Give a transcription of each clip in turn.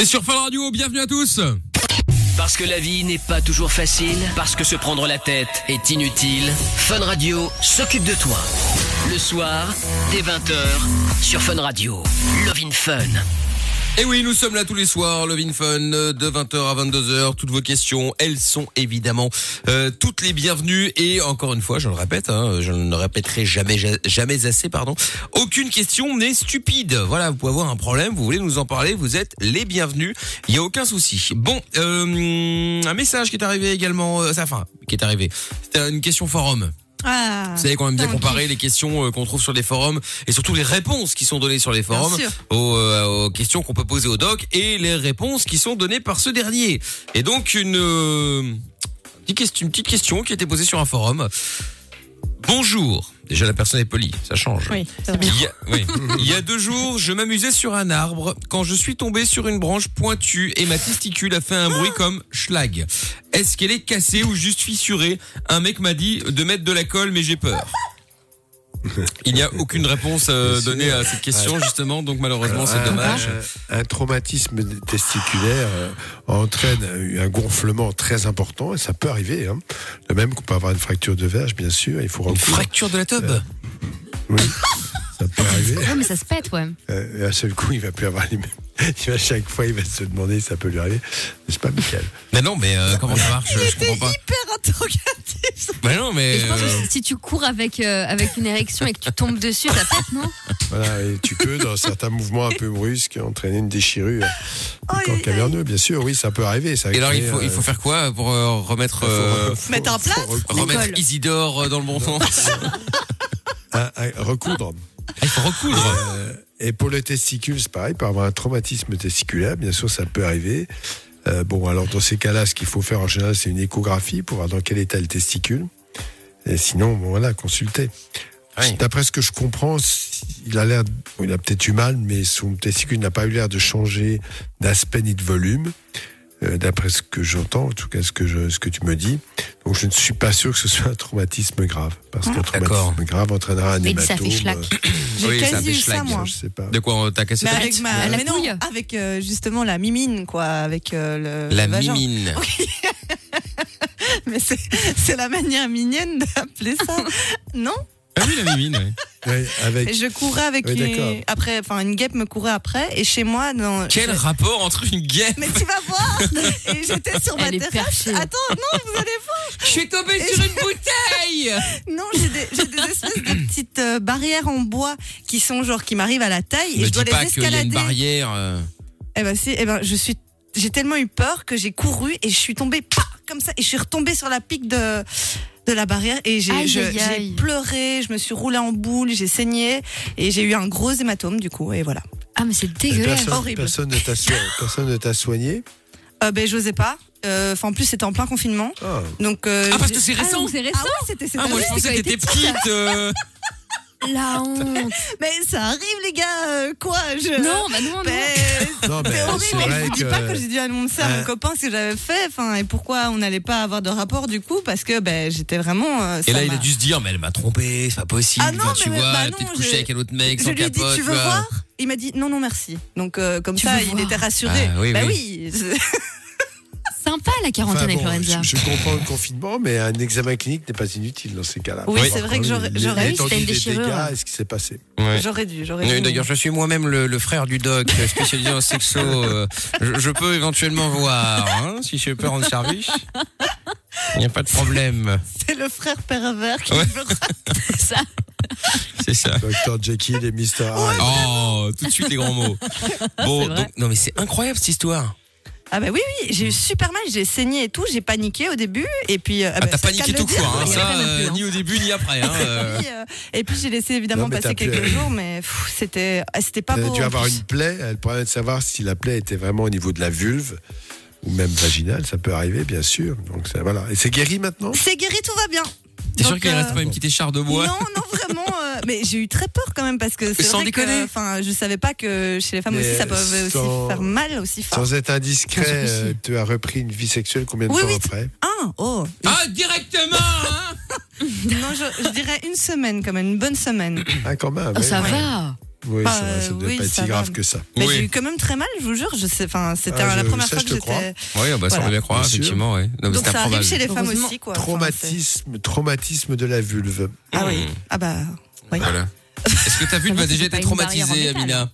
Et sur Fun Radio, bienvenue à tous Parce que la vie n'est pas toujours facile, parce que se prendre la tête est inutile, Fun Radio s'occupe de toi. Le soir, dès 20h, sur Fun Radio. Love in Fun. Et oui, nous sommes là tous les soirs, Love in Fun, euh, de 20h à 22h. Toutes vos questions, elles sont évidemment euh, toutes les bienvenues. Et encore une fois, je le répète, hein, je ne le répéterai jamais, ja- jamais assez, pardon. Aucune question n'est stupide. Voilà, vous pouvez avoir un problème, vous voulez nous en parler, vous êtes les bienvenus. Il n'y a aucun souci. Bon, euh, un message qui est arrivé également, euh, ça, enfin, qui est arrivé. C'était une question forum. Ah, Vous savez qu'on aime bien putain, on comparer kiffe. les questions euh, qu'on trouve sur les forums et surtout les réponses qui sont données sur les forums sûr. aux, euh, aux questions qu'on peut poser au doc et les réponses qui sont données par ce dernier. Et donc une, euh, petite question- une petite question qui a été posée sur un forum. Bonjour. Déjà la personne est polie, ça change. Oui, c'est bien. Il y, a, oui. Il y a deux jours, je m'amusais sur un arbre quand je suis tombé sur une branche pointue et ma testicule a fait un bruit comme schlag. Est-ce qu'elle est cassée ou juste fissurée Un mec m'a dit de mettre de la colle, mais j'ai peur. Il n'y a aucune réponse euh, Bien sûr. donnée à cette question justement, donc malheureusement c'est Un- dommage. Un, un traumatisme testiculaire euh, entraîne un- un gonflement très important et ça peut arriver. Hein. De même qu'on peut avoir une fracture de verge, bien sûr. Il faut Une recours. fracture de la tube. Oui, ça peut arriver. Non, mais ça se pète, ouais. Euh, et à seul coup, il va plus avoir les mêmes. il va- chaque fois, il va se demander si ça peut lui arriver. N'est-ce pas, Michael Mais non, mais euh, comment ça marche Je comprends pas. Hyper interrogatif. Mais non, mais Et je pense euh, que si tu cours avec, euh, avec une érection et que tu tombes dessus, ça pète, non Voilà, et tu peux, dans certains mouvements un peu brusques, entraîner une déchirure. Aïe, Du aïe, corps aïe. caverneux, bien sûr, oui, ça peut arriver. Ça et alors il crée, faut, il euh, faut faire quoi pour euh, remettre faut- euh, faut- Mettre un faut plâtre recou- remettre colle. Isidore euh, dans le bon sens un- un- recoudre. Ah, Il faut recoudre. Euh, et pour le testicule, c'est pareil, par avoir un traumatisme testiculaire, bien sûr, ça peut arriver. Euh, bon, alors dans ces cas-là, ce qu'il faut faire en général, c'est une échographie pour voir dans quel état est le testicule. Et sinon, bon, voilà, consulter. Oui. D'après ce que je comprends, il a l'air, bon, il a peut-être eu mal, mais son testicule n'a pas eu l'air de changer d'aspect ni de volume. Euh, D'après ce que j'entends, en tout cas ce que, je, ce que tu me dis. Donc je ne suis pas sûr que ce soit un traumatisme grave. Parce qu'un Ah. D'accord. traumatisme grave entraînera un Et hématome. ça fait Ah, schlac. euh, J'ai Oui, ça quasi fait eu ça, schlag, ça, moi. je sais pas. De quoi euh, t'as cassé Mais ta avec ma. À la mais non, couille. avec euh, justement la mimine, quoi. Avec euh, le. La le vagin. mimine. Mais c'est c'est la manière mignonne d'appeler ça. non Ah oui, la mimine. ouais. Ouais, avec Et Je courais avec Oui, d'accord. une. Après, enfin, une guêpe me courait après. Et chez moi, dans. Quel je- rapport entre une guêpe Mais tu vas voir Et j'étais sur ma Elle est terrasse. perchée. Attends, non, vous allez voir Je suis tombé sur une bouteille Non, j'ai des, j'ai des espèces de petites euh, barrières en bois qui sont genre qui m'arrivent à la taille et Me je dis dois pas les qu'il y a une escalader. barrière. euh. Eh ben si, eh ben je suis, j'ai tellement eu peur que j'ai couru et je suis tombée pah, comme ça et je suis retombée sur la pique de de la barrière et j'ai Aïe, je- aïe, j'ai aïe. pleuré, je me suis roulée en boule, j'ai saigné et j'ai eu un gros hématome du coup et voilà. Ah, mais c'est Et dégueulasse. personne, horrible. personne ne t'a soigné. Personne ne t'a soigné. Euh, ben j'osais pas. Euh, Enfin en plus c'était en plein confinement Ah, donc. euh, Ah, parce j'ai- que c'est Ah, récent donc c'est Ah récent. ouais, c'était cette Ah, moi année. je pensais que quand t'étais elle était petite euh. La honte. Mais ça arrive les gars, euh, quoi je... Non, bah non, non. Ben, non, mais C'est horrible, c'est mais je vrai vous dis que- pas que j'ai dû annoncer à euh, mon copain ce que j'avais fait enfin, et pourquoi on n'allait pas avoir de rapport du coup parce que ben, j'étais vraiment. euh, ça Et là, il m'a- a dû se dire, mais elle m'a trompé, c'est pas possible. Ah non, Enfin, tu mais- vois, bah elle a non, peut-être je- couché avec un autre mec Je sans lui ai dit capote. Tu veux quoi. voir Il m'a dit Non, non, merci. Donc euh, comme Tu ça, veux il voir était rassuré. Ah, oui, bah oui. oui, Sympa la quarantaine enfin, avec bon, Lorenza. je, je comprends le confinement, mais un examen clinique n'est pas inutile dans ces cas-là. Oui, Faut c'est voir vrai que quand j'aurais- même les- j'aurais- l'étendue Oui, c'était une des déchirure. hein. dégâts et ce qui s'est passé. Ouais. j'aurais dû. J'aurais Oui, dû. D'ailleurs, je suis moi-même le, le frère du doc euh, spécialisé en sexo. euh, Je, je peux éventuellement voir hein, si je peux rendre service. Il n'y a pas de problème. C'est le frère pervers qui Ouais. veut Ça. C'est ça. Dr Jekyll et Mr. Hyde. Oh, tout de suite les grands mots. Bon, donc, non mais c'est incroyable cette histoire. Ah bah oui, oui, j'ai eu super mal, j'ai saigné et tout, j'ai paniqué au début et puis. euh, Ah, bah, t'as c'est le paniqué cas de tout le dire, court, hein, il y ça, avait même euh, plus, hein. ni au début ni après. Hein, euh. Oui, euh, Et puis j'ai laissé évidemment Non, mais passer t'as pu, quelques euh, jours, mais pff, c'était ah, c'était pas Elle a beau. dû en avoir plus. une plaie. Elle pourrait savoir si la plaie était vraiment au niveau de la vulve ou même vaginale. Ça peut arriver, bien sûr. Donc ça, voilà. Et c'est guéri maintenant. C'est guéri, tout va bien. T'es sûr Donc, qu'il euh, reste pas une petite écharpe de bois Non, non, vraiment. euh, mais j'ai eu très peur quand même parce que c'est Sans vrai déconner. que, enfin, je savais pas que chez les femmes Mais aussi ça peut aussi sans- faire mal aussi fort. Sans être indiscret, Sans souci. euh, tu as repris une vie sexuelle combien de Oui, temps oui. après Ah, oh. Ah directement hein Non, je, je dirais une semaine quand même, une bonne semaine. Ah, quand même. Oh, oui. ça va. Oui, Bah, ça va, ça ne doit oui, pas être ça si va. grave que ça. Mais Oui. Bah, j'ai eu quand même très mal, je vous jure. Je sais, enfin, c'était Ah, la je- première ça, fois je que te crois. j'étais. Oui, bah, ça Voilà. on veut bien croire, Bien sûr. effectivement, ouais. Non, mais Donc c'est ça arrive improbable. chez les femmes Heureusement. aussi, quoi. Enfin, Traumatisme, traumatisme de la vulve. c'est- Ah oui. Ah bah. oui. Mmh. Voilà. Est-ce que ta vulve Ça a va, déjà c'est pas été une barrière en traumatisée, métal. Amina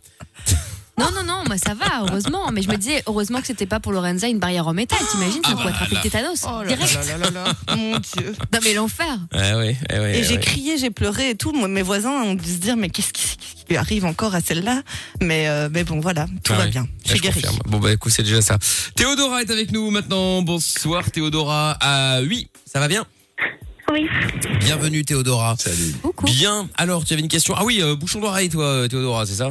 Non, non, non, moi ça va, heureusement. Mais je me disais, heureusement que c'était pas pour Lorenza une barrière en métal. T'imagines, ça Ah pourrait bah attraper là. tétanos. direct. Ah Mon Dieu. Non, mais l'enfer. Ouais, ouais, ouais, ouais, Et j'ai Eh ouais. crié, j'ai pleuré et tout. Moi, Mes voisins ont dû se dire, mais qu'est-ce qui, qu'est-ce qui lui arrive encore à celle-là Mais, euh, mais bon, voilà, tout Ah va ouais. bien. Je Ouais, suis guérie. confirme. Bon, bah, écoute, c'est déjà ça. Théodora est avec nous maintenant. Bonsoir, Théodora. Ah, oui, ça va bien Oui, Bienvenue, Théodora. Salut. Beaucoup. Bien. Alors, tu avais une question. Ah oui, euh, bouchon d'oreille, toi, euh, Théodora, c'est ça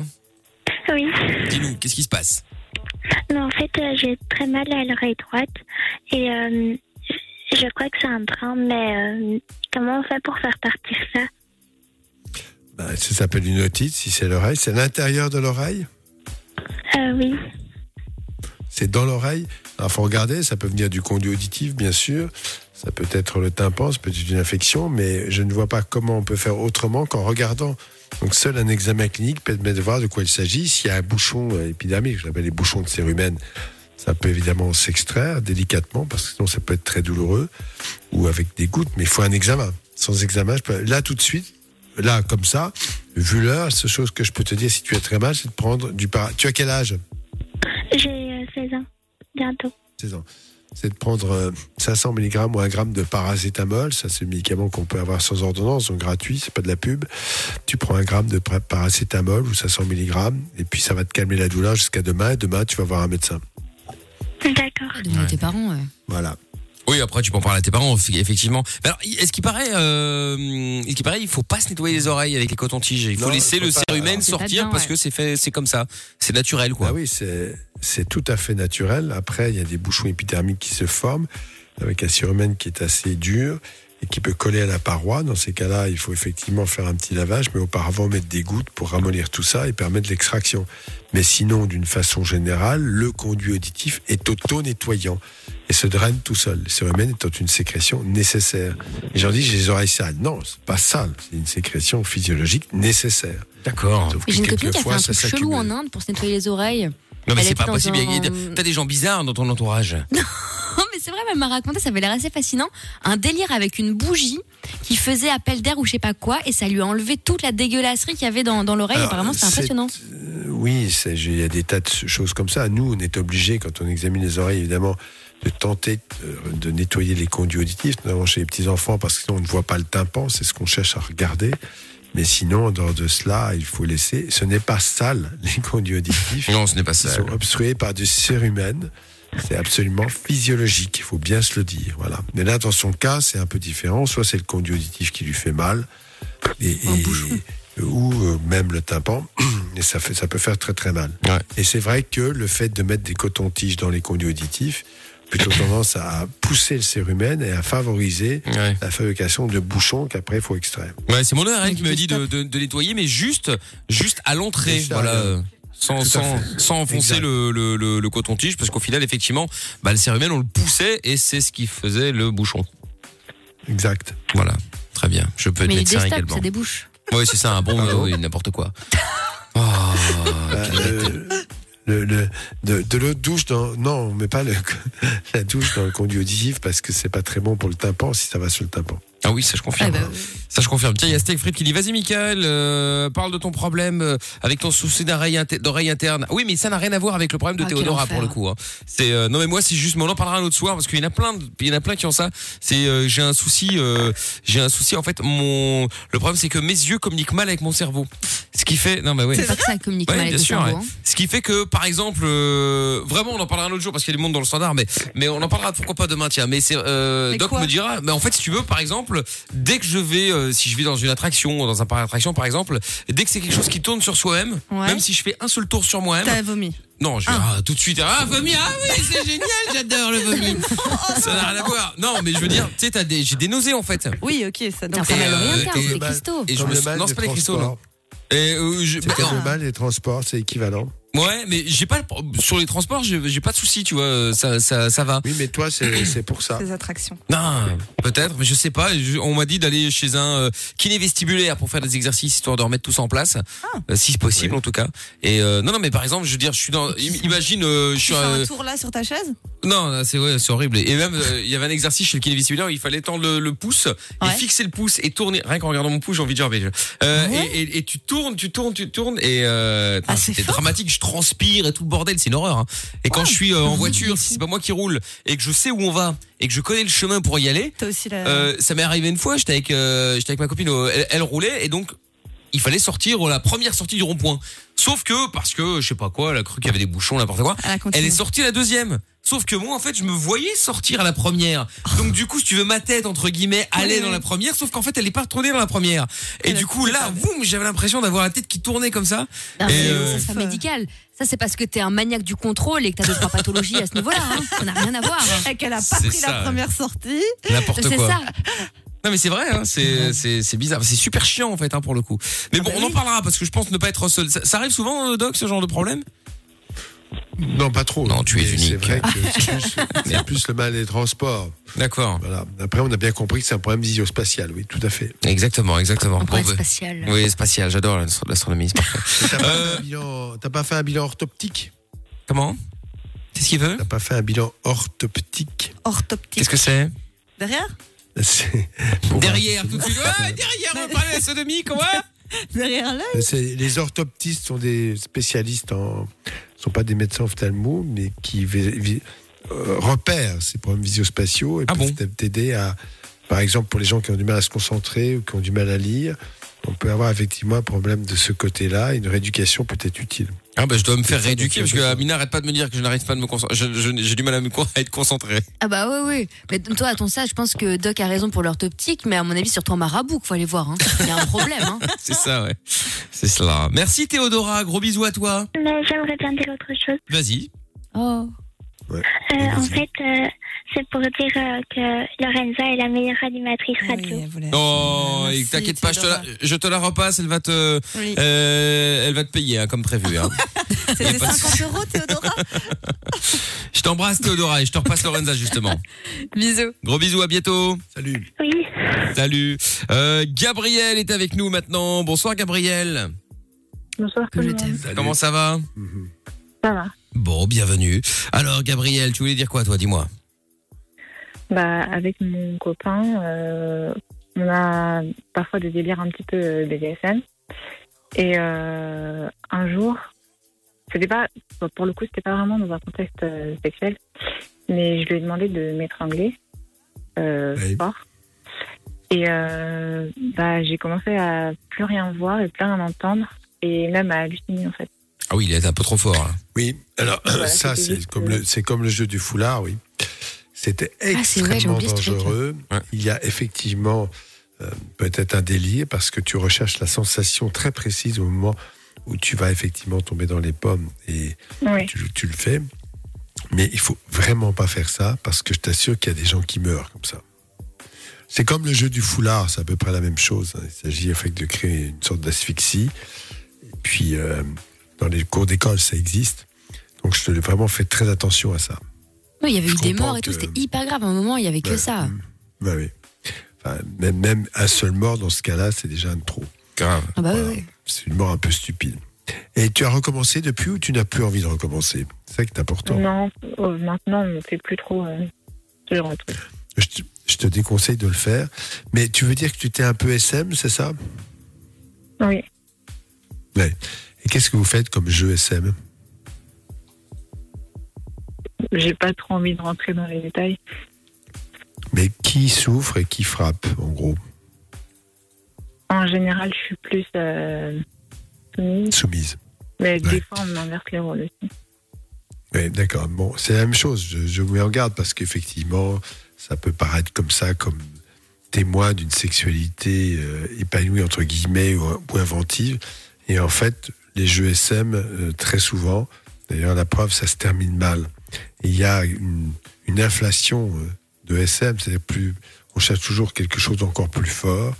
oui. Dis-nous, qu'est-ce qui se passe Non, en fait, euh, j'ai très mal à l'oreille droite et euh, je crois que c'est un train, mais euh, comment on fait pour faire partir ça Bah, ça s'appelle une otite, si c'est l'oreille. C'est l'intérieur de l'oreille euh, Oui, C'est dans l'oreille Alors, faut regarder, ça peut venir du conduit auditif, bien sûr. Ça peut être le tympan, ça peut être une infection, mais je ne vois pas comment on peut faire autrement qu'en regardant. Donc, seul un examen clinique permet de voir de quoi il s'agit. S'il y a un bouchon euh, épidermique, je l'appelle les bouchons de cérumen, ça peut évidemment s'extraire délicatement, parce que sinon, ça peut être très douloureux, ou avec des gouttes, mais il faut un examen. Sans examen, je peux- là, tout de suite, là, comme ça, vu l'heure, la seule chose que je peux te dire si tu as très mal, c'est de prendre du para... Tu as quel âge j'ai euh, 16 ans, bientôt. 16 ans. C'est de prendre euh, 500 mg ou 1 g de paracétamol. Ça, c'est le médicament qu'on peut avoir sans ordonnance, donc gratuit, c'est pas de la pub. Tu prends 1 g de pra- paracétamol ou 500 mg, et puis ça va te calmer la douleur jusqu'à demain. Et demain, tu vas voir un médecin. D'accord. Ah, Demande tes parents. euh. Voilà. Oui, après, tu peux en parler à tes parents, eff- effectivement. Mais alors, est-ce qu'il paraît, euh, est-ce qu'il paraît, il faut pas se nettoyer les oreilles avec les cotons-tiges. Il faut Non, laisser faut le pas. cérumen Ah, C'est pas sortir bien, parce ouais. que c'est fait, c'est comme ça. C'est naturel, quoi. Ah oui, c'est c'est tout à fait naturel. Après, il y a des bouchons épidermiques qui se forment avec un cérumen qui est assez dur et qui peut coller à la paroi. Dans ces cas-là, il faut effectivement faire un petit lavage, mais auparavant mettre des gouttes pour ramollir tout ça et permettre l'extraction. Mais sinon, d'une façon générale, le conduit auditif est auto-nettoyant et se draine tout seul. Le cérumen étant une sécrétion nécessaire. Et j'en dis, j'ai les oreilles sales. Non, c'est pas sale. C'est une sécrétion physiologique nécessaire. D'accord. Sauf que J'ai une copine qui a fait quelquefois, un ça truc chelou en s'accumule. Inde pour se nettoyer les oreilles. Non, mais Elle c'est était pas dans possible. un- Il y a- il y a- T'as des gens bizarres dans ton entourage. Non, Oh, mais c'est vrai, elle m'a raconté, ça avait l'air assez fascinant. Un délire avec une bougie qui faisait appel d'air ou je sais pas quoi, et ça lui a enlevé toute la dégueulasserie qu'il y avait dans, dans l'oreille. Alors, Apparemment, c'est c'est- euh, impressionnant. Oui, c'est- j'ai- il y a des tas de choses comme ça. Nous, on est obligé, quand on examine les oreilles, évidemment, de tenter euh, de nettoyer les conduits auditifs, notamment chez les petits-enfants, parce que sinon, on ne voit pas le tympan, c'est ce qu'on cherche à regarder. Mais sinon, en dehors de cela, il faut laisser. Ce n'est pas sale, les conduits auditifs. Non, ce n'est pas Ils ça. sont obstrués par du cérumen. C'est absolument physiologique, il faut bien se le dire. Voilà. Mais là, dans son cas, c'est un peu différent. Soit c'est le conduit auditif qui lui fait mal, et, et- ou euh, même le tympan, et ça, fait, ça peut faire très très mal. Ouais. Et c'est vrai que le fait de mettre des cotons-tiges dans les conduits auditifs, plutôt tendance à pousser le cérumen et à favoriser Ouais. la fabrication de bouchons qu'après il faut extraire. Ouais, c'est mon oreille Donc, qui me dit de, de, de nettoyer, mais juste, juste à l'entrée, Juste à voilà, l'entrée. euh, sans, Tout à sans, sans enfoncer Exact. le, le, le, le coton-tige, parce qu'au final, effectivement, bah, le cérumen, on le poussait et c'est ce qui faisait le bouchon. Exact. Voilà, très bien. Je peux être Mais il médecin déstape, également. ça débouche. Oui, c'est ça, un bon, euh, Pardon oui, n'importe quoi. Oh, Euh, le, le- de, de l'eau de douche dans. Non, on met pas le- la douche dans le conduit auditif parce que c'est pas très bon pour le tympan si ça va sur le tympan. ah oui, ça je confirme. Ah, bah, Ça je confirme. Tiens, il y a Steak Frites qui dit Vas-y, Michael, euh, parle de ton problème euh, avec ton souci d'oreille inter- d'oreille interne. Ah Oui, mais ça n'a rien à voir avec le problème de Ah, quel Théodora enfer. pour le coup. hein. C'est euh, non, mais moi c'est juste. Mais on en parlera un autre soir parce qu'il y en a plein. de- Il y en a plein qui ont ça. C'est euh, j'ai un souci. euh, j'ai un souci. En fait, mon le problème c'est que mes yeux communiquent mal avec mon cerveau. Ce qui fait non, mais oui. c'est pas que ça communique Ouais, mal avec bien le sûr, cerveau. ouais. hein. Ce qui fait que, par exemple, euh, vraiment, on en parlera un autre jour parce qu'il y a du monde dans le standard, mais mais on en parlera pourquoi pas demain, tiens. Mais c'est euh, Mais Doc quoi me dira. Mais en fait, si tu veux, par exemple, dès que je vais, euh, si je vais dans une attraction, dans un parc d'attractions, par exemple, dès que c'est quelque chose qui tourne sur soi-même, Ouais. même si je fais un seul tour sur moi-même, T'as vomi. non, je vais ah, tout de suite. Ah, vomi, ah oui, c'est génial, j'adore le vomi. Ça n'a rien à voir. Non, mais je veux dire, tu sais, t'as des- j'ai des nausées en fait. Oui, ok, ça C'est un donne. Et, problème euh, oriental, et- c'est des cristaux. Et je Comme me le mal non, des c'est pas les cristaux, transports. non. Et euh, je- C'est bah, comme non. le mal des transports, c'est équivalent. Ouais, mais j'ai pas sur les transports, j'ai j'ai pas de souci, tu vois, euh, ça ça ça va. Oui, mais toi, c'est c'est pour ça. Ces attractions. Non, peut-être, mais je sais pas. Je- On m'a dit d'aller chez un euh, kiné vestibulaire pour faire des exercices histoire de remettre tout ça en place, Ah. Euh, si possible en tout cas. Et euh, non, non, mais par exemple, je veux dire, je suis dans. im- Imagine, euh, je Tu suis. fais euh, un tour là sur ta chaise non, non, c'est ouais, c'est horrible. Et même, euh, il y avait un exercice chez le kiné vestibulaire où il fallait tendre le, le pouce et Ouais. Ah fixer le pouce et tourner. Rien qu'en regardant mon pouce, j'ai envie de dire, mais je- euh, Ouais. et, et, et tu tournes, tu tournes, tu tournes et euh, putain, Ah, c'est c'était fort. dramatique. Je transpire et tout le bordel, c'est une horreur. hein. Et quand je suis euh, en voiture, si c'est pas moi qui roule et que je sais où on va et que je connais le chemin pour y aller. T'as aussi la. Euh, ça m'est arrivé une fois, j'étais avec, euh, j'étais avec ma copine, euh, elle, elle roulait et donc il fallait sortir euh, la première sortie du rond-point. Sauf que, parce que je sais pas quoi, elle a cru qu'il y avait des bouchons, n'importe quoi, Ah, à la elle cantine. est sortie la deuxième. Sauf que moi, en fait, je me voyais sortir à la première. Donc du coup, si tu veux, ma tête, entre guillemets, allait Ouais. dans la première, sauf qu'en fait, elle est pas retournée dans la première. Et Ah, Elle a du coup, tout là, perdu. boum, j'avais l'impression d'avoir la tête qui tournait comme ça. Non, Et, mais euh, ça, Ah, c'est pas médical. Ça, c'est parce que t'es un maniaque du contrôle et que t'as deux, trois pathologies à ce niveau-là. hein. Ça n'a rien à voir. hein. Et Eh, qu'elle a pas C'est pris ça, ouais. la première sortie. N'importe C'est quoi. ça. Non mais c'est vrai, hein, c'est c'est c'est bizarre, c'est super chiant en fait hein, pour le coup. Mais bon, on en parlera parce que je pense ne pas être seul. Ça, ça arrive souvent, euh, Doc, ce genre de problème Non, pas trop. Non, tu es Mais C'est unique. vrai que c'est plus, c'est plus le mal des transports. D'accord. Voilà. Après, on a bien compris que c'est un problème visio-spatial, oui, tout à fait. Exactement, exactement. Un problème Bon, bah, spatial. oui, spatial, j'adore l'astro- l'astronomie. c'est parfait. Mais T'as Euh. pas, fait un bilan- t'as pas fait un bilan orthoptique Comment Qu'est-ce qu'il veut T'as pas fait un bilan orthoptique Orthoptique. Qu'est-ce que c'est Derrière C'est pour- Derrière, tout de suite. Ouais, derrière, on parlait d'astronomie, quoi Derrière l'œil Euh, c'est- Les orthoptistes sont des spécialistes en. sont pas des médecins ophtalmo, mais qui vi- vi- euh, repèrent ces problèmes visio-spatiaux et Ah peuvent bon t'aider à. Par exemple, pour les gens qui ont du mal à se concentrer ou qui ont du mal à lire, on peut avoir effectivement un problème de ce côté-là. et Une rééducation peut être utile. Ah bah je dois me faire C'est ça, rééduquer donc, parce c'est que ça. Amina arrête pas de me dire que je n'arrive pas de me concentrer. Je- je- J'ai du mal à me con- à être concentré. Ah bah oui, oui. Mais toi, à ton ça, je pense que Doc a raison pour l'orthoptique, mais à mon avis, sur toi, marabout, qu'il faut aller voir. hein. Il y a un problème. hein. C'est ça, ouais. C'est cela. Merci Théodora, gros bisous à toi. Mais j'aimerais bien dire autre chose. Vas-y. Oh. Euh, en fait, euh, c'est pour dire euh, que Lorenza est la meilleure animatrice radio. Oui, elle voulait- Oh, Merci, et t'inquiète pas, je te, la, Théodora. je te la repasse, elle va te, Oui. euh, elle va te payer, hein, comme prévu. Hein. C'était pas de- 50 euros, Théodora je t'embrasse Théodora et je te repasse Lorenza justement. Bisous. Gros bisous, à bientôt. Salut. Oui. Salut. Euh, Gabriel est avec nous maintenant. Bonsoir Gabriel. Bonsoir tout Je le monde. t'aime. Comment ça va Mhm. Ça va Bon, bienvenue. Alors Gabriel, tu voulais dire quoi toi Dis-moi. Bah, avec mon copain, euh, on a parfois des délires un petit peu euh, BDSM. Et euh, un jour, c'était pas, bon, pour le coup, c'était pas vraiment dans un contexte euh, sexuel, mais je lui ai demandé de m'étrangler euh, Oui. fort. Et euh, bah, j'ai commencé à plus rien voir et plus rien entendre, et même à halluciner en fait. Ah oui, il est un peu trop fort. là. Oui, alors Voilà, ça, c'était c'est juste, comme, euh, le, c'est comme le jeu du foulard, oui. C'était Ah, c'est vrai, j'ai extrêmement oublié ce truc. dangereux. Ouais. Il y a effectivement euh, peut-être un délire parce que tu recherches la sensation très précise au moment où tu vas effectivement tomber dans les pommes et Oui. tu, tu le fais. Mais il faut vraiment pas faire ça parce que je t'assure qu'il y a des gens qui meurent comme ça. C'est comme le jeu du foulard, c'est à peu près la même chose. hein. Il s'agit en fait de créer une sorte d'asphyxie. Et puis, euh, dans les cours d'école, ça existe. Donc, je te vraiment fais très attention à ça. Oui, il y avait Je eu des comprends morts et tout, que- c'était hyper grave. À un moment, il y avait que Ouais. ça. Ouais, oui. Enfin, même, même un seul mort dans ce cas-là, c'est déjà un de trop. Grave. Ah bah oui, Voilà. oui. C'est une mort un peu stupide. Et tu as recommencé depuis ou tu n'as plus envie de recommencer C'est ça qui est Oh. important. Non, euh, maintenant, on ne fait plus trop euh, ce genre de trucs. Je te, je te déconseille de le faire. Mais tu veux dire que tu t'es un peu SM, c'est ça Oui. Et qu'est-ce que vous faites comme jeu SM J'ai pas trop envie de rentrer dans les détails. Mais qui souffre et qui frappe, en gros En général, je suis plus euh, soumise, Soumise. mais Ouais. des fois, on inverse les rôles aussi. Oui, d'accord. Bon, c'est la même chose. Je, je vous mets en garde parce qu'effectivement, ça peut paraître comme ça, comme témoin d'une sexualité euh, épanouie, entre guillemets, ou, ou inventive. Et en fait, les jeux SM, euh, très souvent, d'ailleurs, la preuve, ça se termine mal. Et Il y a une, une inflation euh, de SM, c'est-à-dire plus, on cherche toujours quelque chose d'encore plus fort.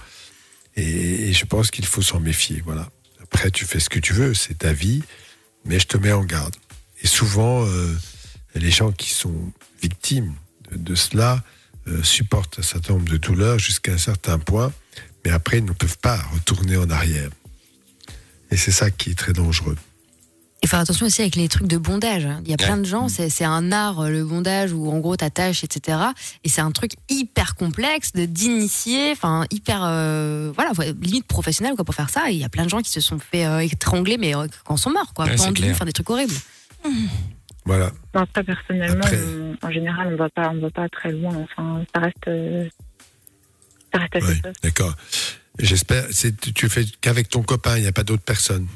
Et, et je pense qu'il faut s'en méfier, voilà. Après, tu fais ce que tu veux, c'est ta vie. mais je te mets en garde. Et souvent, euh, les gens qui sont victimes de, de cela euh, supportent un certain nombre de douleurs jusqu'à un certain point, mais après, ils ne peuvent pas retourner en arrière. Et c'est ça qui est très dangereux. Et faire attention aussi avec les trucs de bondage. hein. Il y a plein de gens, c'est c'est un art, euh, le bondage, où en gros t'attaches, etc. Et c'est un truc hyper complexe de d'initier, enfin hyper, euh, voilà, faut- limite professionnel quoi pour faire ça. Et il y a plein de gens qui se sont fait euh, étrangler, mais euh, quand ils sont morts, quoi, Ouais, c'est pendus, clair. enfin des trucs horribles. Voilà. Non, ça personnellement, Après- on- en général, on ne va pas, on va pas très loin. Enfin, ça reste, euh, ça reste assez Oui, soft. d'accord. J'espère. c'est- Tu tu le fais qu'avec ton copain, il n'y a pas d'autres personnes.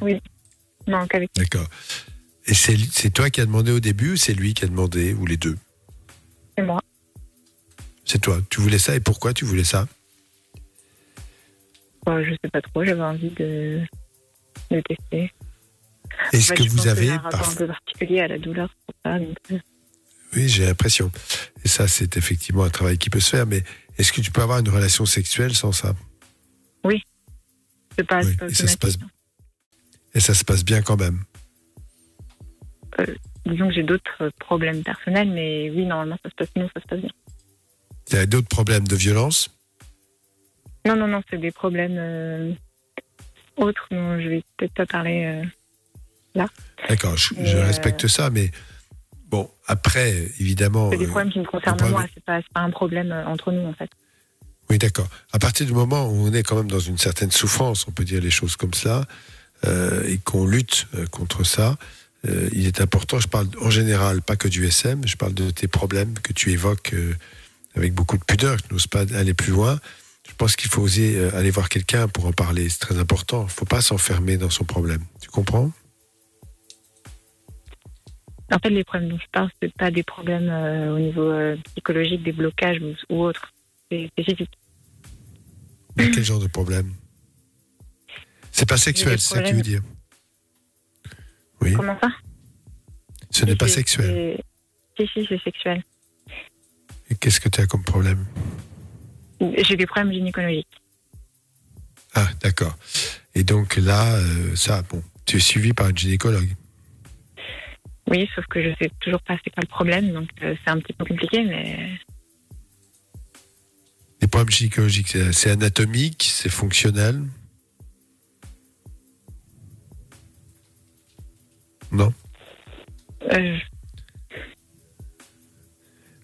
Non, qu'avec D'accord. Et c'est c'est toi qui as demandé au début ou c'est lui qui a demandé ou les deux c'est moi. C'est toi. Tu voulais ça et pourquoi tu voulais ça Bah, je sais pas trop. J'avais envie de, de tester. Bah, Est-ce Ouais, que je pense vous j'ai avez un rapport parfois- un peu particulier à la douleur pour ça. donc, euh, Oui, j'ai l'impression. Et ça, c'est effectivement un travail qui peut se faire. Mais est-ce que tu peux avoir une relation sexuelle sans ça c'est pas, Oui, c'est pas et ça se passe- automatique. Et ça se passe bien quand même. Disons que j'ai d'autres euh, problèmes personnels, mais oui, normalement, ça se passe bien, ça se passe bien. Il y a d'autres problèmes de violence Non, non, non, c'est des problèmes euh, autres dont je vais peut-être pas parler. euh, D'accord, je, je Mais, euh, respecte ça, mais bon, après, évidemment. C'est des euh, problèmes qui me concernent problème- moi, c'est pas, c'est pas un problème euh, entre nous en fait. Oui, d'accord. À partir du moment où on est quand même dans une certaine souffrance, on peut dire les choses comme ça, euh, et qu'on lutte euh, contre ça, euh, il est important, je parle en général, pas que du SM, je parle de tes problèmes que tu évoques euh, avec beaucoup de pudeur, je n'ose pas aller plus loin. Je pense qu'il faut oser euh, aller voir quelqu'un pour en parler, c'est très important. Il ne faut pas s'enfermer dans son problème. Tu comprends En fait, les problèmes dont je parle, c'est pas des problèmes euh, au niveau euh, psychologique, des blocages ou, ou autres. C'est c'est physique. Mais Quel genre de problème C'est pas sexuel, des c'est ça que tu veux dire Oui, Comment ça ce n'est pas C'est- sexuel. c'est- Si, si, c'est sexuel. Et Qu'est-ce que tu as comme problème J'ai des problèmes gynécologiques. Ah, d'accord. Et donc là, euh, ça, bon, tu es suivi par une gynécologue. Oui, sauf que je sais toujours pas c'est quoi le problème, donc euh, c'est un petit peu compliqué, mais Les problèmes gynécologiques, c'est- c'est anatomique, c'est fonctionnel. Non. euh,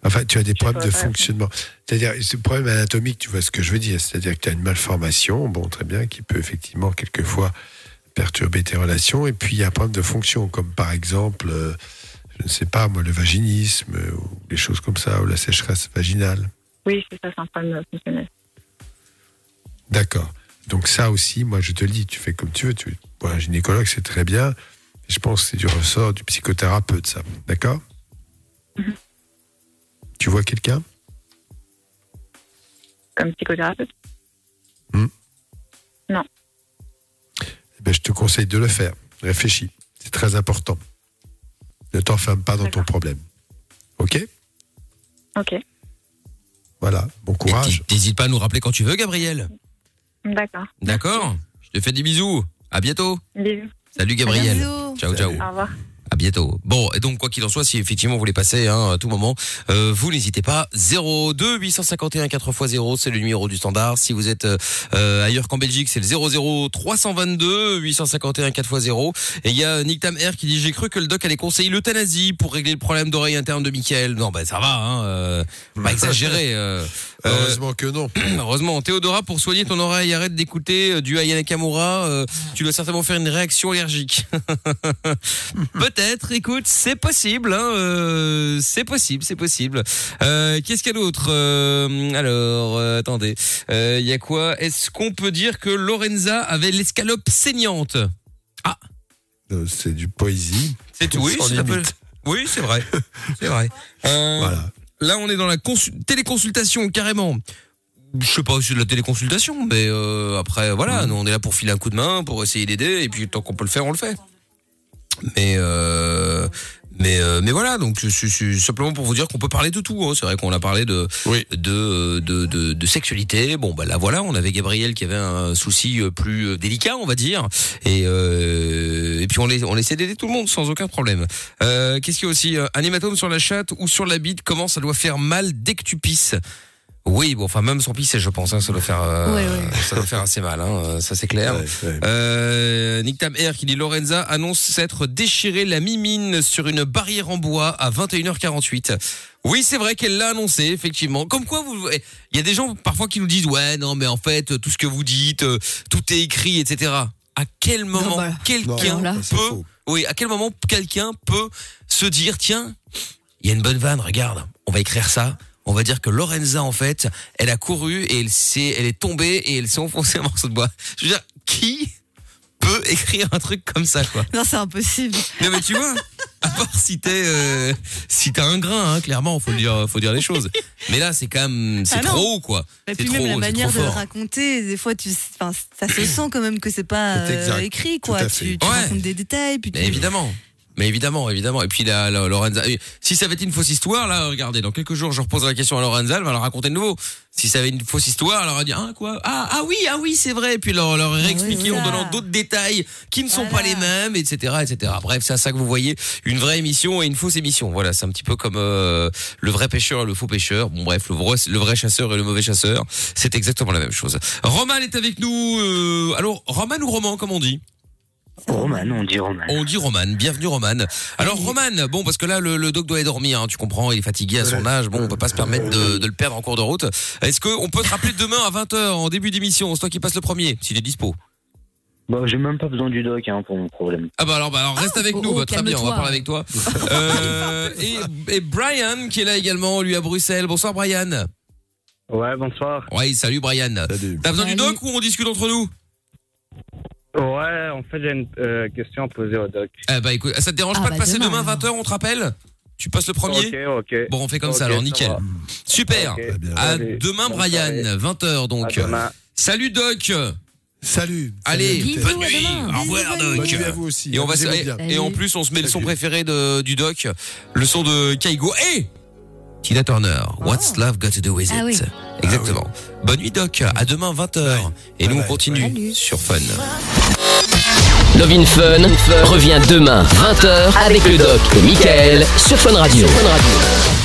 Enfin, tu as des Je problèmes de vois pas. fonctionnement. C'est-à-dire, ce problème anatomique, tu vois ce que je veux dire. C'est-à-dire que tu as une malformation, bon, très bien, qui peut effectivement quelquefois perturber tes relations. Et puis, il y a un problème de fonction, comme par exemple, euh, je ne sais pas, moi, le vaginisme, euh, ou des choses comme ça, ou la sécheresse vaginale. oui, c'est ça, c'est un problème euh, fonctionnel. D'accord. Donc ça aussi, moi je te le dis, tu fais comme tu veux. Tu, pour un gynécologue, c'est très bien. Je pense que c'est du ressort du psychothérapeute, ça. D'accord Tu vois quelqu'un Comme psychothérapeute, eh ben, Je te conseille de le faire. Réfléchis. C'est très important. Ne t'enferme pas dans ton D'accord. problème. Ok ok, Voilà. Bon Et courage. t'hé- T'hésites pas à nous rappeler quand tu veux, Gabriel. d'accord. D'accord Je te fais des bisous. À bientôt. Bisous, Salut, Gabriel. Bisous. Ciao, ciao. Salut. au revoir. À bientôt. Bon, et donc, quoi qu'il en soit, si effectivement vous les passez hein, à tout moment, euh, vous n'hésitez pas. 02 851 4x0, c'est le numéro du standard. Si vous êtes euh, euh, ailleurs qu'en Belgique, c'est le 00 322 851 4x0. Et il y a Nick Tam Air qui dit J'ai cru que le doc allait conseiller l'euthanasie pour régler le problème d'oreille interne de Michael. Non, ben ça va, hein, euh, faut pas exagéré. euh. Euh, Heureusement que non. Heureusement, Théodora, pour soigner ton oreille, arrête d'écouter euh, du Ayana Kamura. euh, tu dois certainement faire une réaction allergique. Peut-être, écoute, c'est possible. hein, euh, c'est possible, c'est possible. Euh, Qu'est-ce qu'il y a d'autre Euh, Alors, euh, attendez. Euh, Il y a quoi Est-ce qu'on peut dire que Lorenza avait l'escalope saignante Euh, C'est du poésie. C'est tout, oui, Sans c'est un peu- limite. Oui, c'est vrai. C'est vrai. Euh, Voilà. Là, on est dans la consu- téléconsultation, carrément. Je sais pas si c'est de la téléconsultation, mais euh, après, voilà, nous, on est là pour filer un coup de main, pour essayer d'aider, et puis tant qu'on peut le faire, on le fait. Mais, euh, Mais euh, mais voilà, donc c'est- c'est simplement pour vous dire qu'on peut parler de tout. hein. C'est vrai qu'on a parlé de Oui. de, euh, de de de sexualité. Bon bah là voilà, on avait Gabriel qui avait un souci euh, plus euh, délicat, on va dire. Et euh, et puis on les on essaie d'aider tout le monde sans aucun problème. Euh, Qu'est-ce qu'il y a aussi euh, Un hématome sur la chatte ou sur la bite Comment ça doit faire mal dès que tu pisses oui, bon, enfin même sans pisser, je pense, hein, ça doit faire, euh, Ouais, ouais. ça doit faire assez mal, hein, euh, ça c'est clair. Ouais, ouais. Euh, Nick Tam R qui dit Lorenza annonce s'être déchiré la mimine sur une barrière en bois à 21h48. Oui, c'est vrai qu'elle l'a annoncé, effectivement. Comme quoi, vous, eh, il y a des gens parfois qui nous disent ouais, non, mais en fait, tout ce que vous dites, euh, tout est écrit, etc. À quel moment bah là. quelqu'un Non, là. C'est peut, faux. oui, à quel moment quelqu'un peut se dire tiens, il y a une bonne vanne, regarde, on va écrire ça. On va dire que Lorenza, en fait, elle a couru et elle s'est, elle est tombée et elle s'est enfoncée un morceau de bois. Je veux dire, qui peut écrire un truc comme ça, quoi Non, c'est impossible. Non, mais tu vois, à part si t'es, euh, si t'as un grain, hein, clairement, faut le dire, faut dire les choses. Mais là, c'est quand même, c'est Ah non. trop haut, quoi. Et C'est puis trop, même la haut, c'est manière trop de le fort. raconter, des fois, tu, enfin, ça se sent quand même que c'est pas C'est exact. euh, écrit, quoi. Tout à fait. Tu, tu Ouais. racontes des détails, puis Mais tu- évidemment. Mais évidemment, évidemment. Et puis là, là, Lorenza, euh, si ça avait été une fausse histoire, là, regardez, dans quelques jours, je reposerai la question à Lorenza, elle va la raconter de nouveau. Si ça avait une fausse histoire, elle aurait dit, ah, quoi? Ah, ah oui, ah oui, c'est vrai. Et puis, elle leur, leur aurait réexpliqué Ah oui, Ah en ça. donnant d'autres détails qui ne sont Voilà. pas les mêmes, etc., etc. Bref, c'est à ça que vous voyez une vraie émission et une fausse émission. Voilà, c'est un petit peu comme, euh, le vrai pêcheur et le faux pêcheur. Bon, bref, le vrai, le vrai chasseur et le mauvais chasseur. C'est exactement la même chose. Roman est avec nous, euh, alors, Roman ou Roman, comme on dit? Roman, on dit Roman. On dit Roman, bienvenue Roman. Alors Roman, bon parce que là le, le doc doit aller dormir, hein, tu comprends, il est fatigué à son âge, bon on peut pas se permettre de, de le perdre en cours de route. Est-ce qu'on peut te rappeler demain à 20h en début d'émission, c'est toi qui passe le premier, s'il est dispo Bah, j'ai même pas besoin du doc hein, pour mon problème. Ah bah alors, bah alors reste avec oh, nous, oh, bah, très bien, on va calme-toi. parler avec toi. Euh, et, et Brian qui est là également, lui à Bruxelles, bonsoir Brian. Ouais, bonsoir. Ouais, salut Brian. Salut. T'as besoin du Salut. doc ou on discute entre nous Ouais, en fait, j'ai une euh, question à poser au doc. Eh bah écoute, ça te dérange Ah, pas de bah, passer demain, demain, alors. 20h, on te rappelle Tu passes le premier Ok, ok. Bon on fait comme ça Ok, alors, ça nickel. va. Super Ok. Très bien. À Allez, demain, bonne Brian, soirée. 20h À donc. demain. Salut, Doc. Salut. Allez, Bisous, bonne à nuit. demain. Au revoir, Bisous, bonne Bonne Doc. nuit. nuit à vous aussi. Et on va se... Amusez-vous et- bien. et en plus, on se met le son Salut. préféré de- du Doc, le son de Kaigo et Tina Turner. What's love got to do with it? Oh. Ah oui. Exactement. Bonne nuit, Doc. À demain, 20h. Et nous, on bye. continue Salut. sur Fun. Love in Fun revient demain 20h avec le doc et Michael sur Fun Radio. Sur Fun Radio.